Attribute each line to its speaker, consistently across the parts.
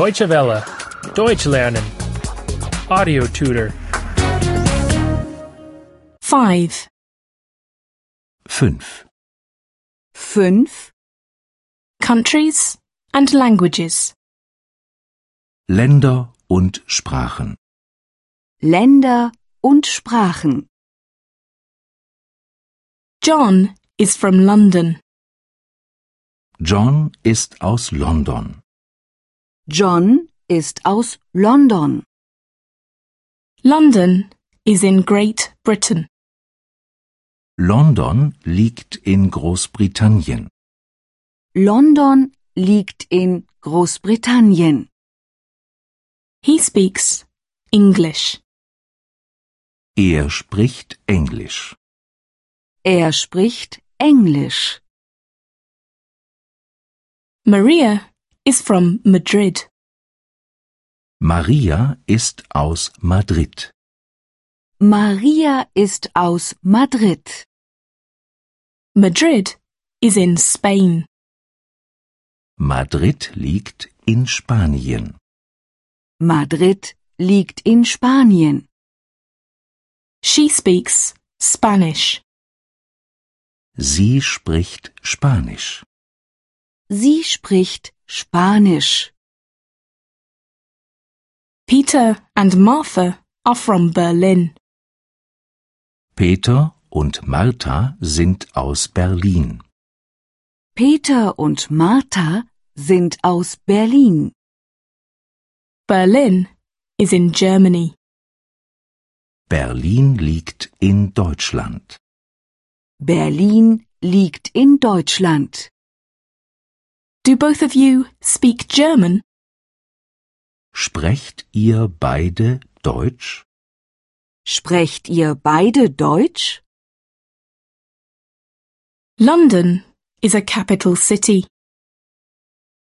Speaker 1: Deutsche Welle. Deutsch lernen. Audio tutor.
Speaker 2: 5.
Speaker 3: 5.
Speaker 4: 5.
Speaker 2: Countries and languages.
Speaker 3: Länder und Sprachen.
Speaker 4: Länder und Sprachen.
Speaker 2: John is from London.
Speaker 3: John ist aus London.
Speaker 4: John ist aus London.
Speaker 2: London is in Great Britain.
Speaker 3: London liegt in Großbritannien.
Speaker 4: London liegt in Großbritannien.
Speaker 2: He speaks English.
Speaker 3: Er spricht Englisch.
Speaker 4: Er spricht Englisch.
Speaker 2: Maria is from Madrid.
Speaker 3: Maria ist aus Madrid.
Speaker 4: Maria ist aus Madrid.
Speaker 2: Madrid is in Spain.
Speaker 3: Madrid liegt in Spanien.
Speaker 4: Madrid liegt in Spanien.
Speaker 2: She speaks Spanish.
Speaker 3: Sie spricht Spanisch.
Speaker 4: Sie spricht Spanisch.
Speaker 2: Peter and Martha are from Berlin.
Speaker 3: Peter und Martha sind aus Berlin.
Speaker 4: Peter und Martha sind aus Berlin.
Speaker 2: Berlin is in Germany.
Speaker 3: Berlin liegt in Deutschland.
Speaker 4: Berlin liegt in Deutschland.
Speaker 2: Do both of you speak German?
Speaker 3: Sprecht ihr beide Deutsch?
Speaker 4: Sprecht ihr beide Deutsch?
Speaker 2: London is a capital city.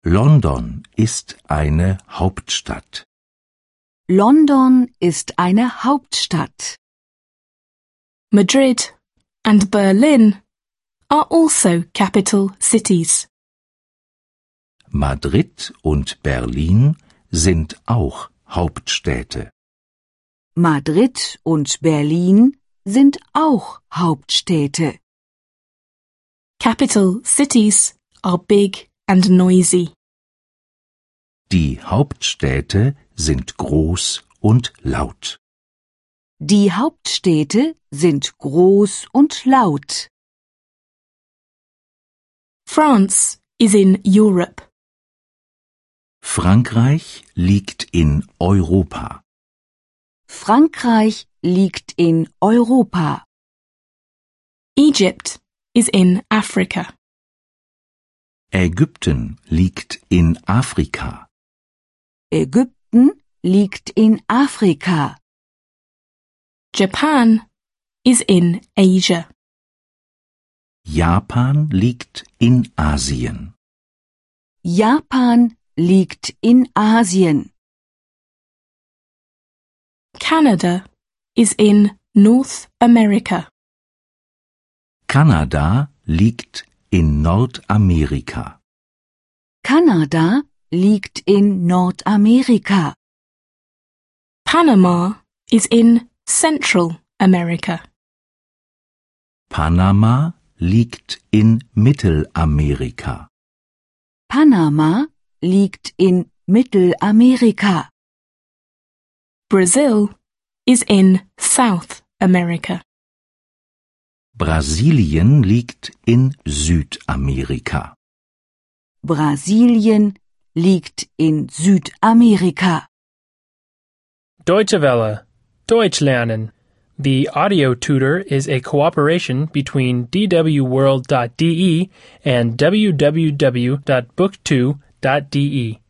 Speaker 3: London ist eine Hauptstadt.
Speaker 4: London ist eine Hauptstadt.
Speaker 2: Madrid and Berlin are also capital cities.
Speaker 3: Madrid und Berlin sind auch Hauptstädte.
Speaker 4: Madrid und Berlin sind auch Hauptstädte.
Speaker 2: Capital cities are big and noisy.
Speaker 3: Die Hauptstädte sind groß und laut.
Speaker 4: Die Hauptstädte sind groß und laut.
Speaker 2: France is in Europe.
Speaker 3: Frankreich liegt in Europa.
Speaker 4: Frankreich liegt in Europa.
Speaker 2: Egypt is in Africa.
Speaker 3: Ägypten liegt in Afrika.
Speaker 4: Ägypten liegt in Afrika.
Speaker 2: Japan is in Asia.
Speaker 3: Japan liegt in Asien.
Speaker 4: Japan liegt in Asien.
Speaker 2: Canada is in North America.
Speaker 3: Kanada liegt in Nordamerika.
Speaker 4: Kanada liegt in Nordamerika.
Speaker 2: Panama is in Central America.
Speaker 3: Panama liegt in Mittelamerika.
Speaker 4: Panama liegt in Mittelamerika.
Speaker 2: Brazil is in South America.
Speaker 3: Brasilien liegt in Südamerika.
Speaker 4: Brasilien liegt in Südamerika.
Speaker 1: Deutsche Welle. Deutsch lernen. The audio tutor is a cooperation between E dwworld.de and www.book2.de.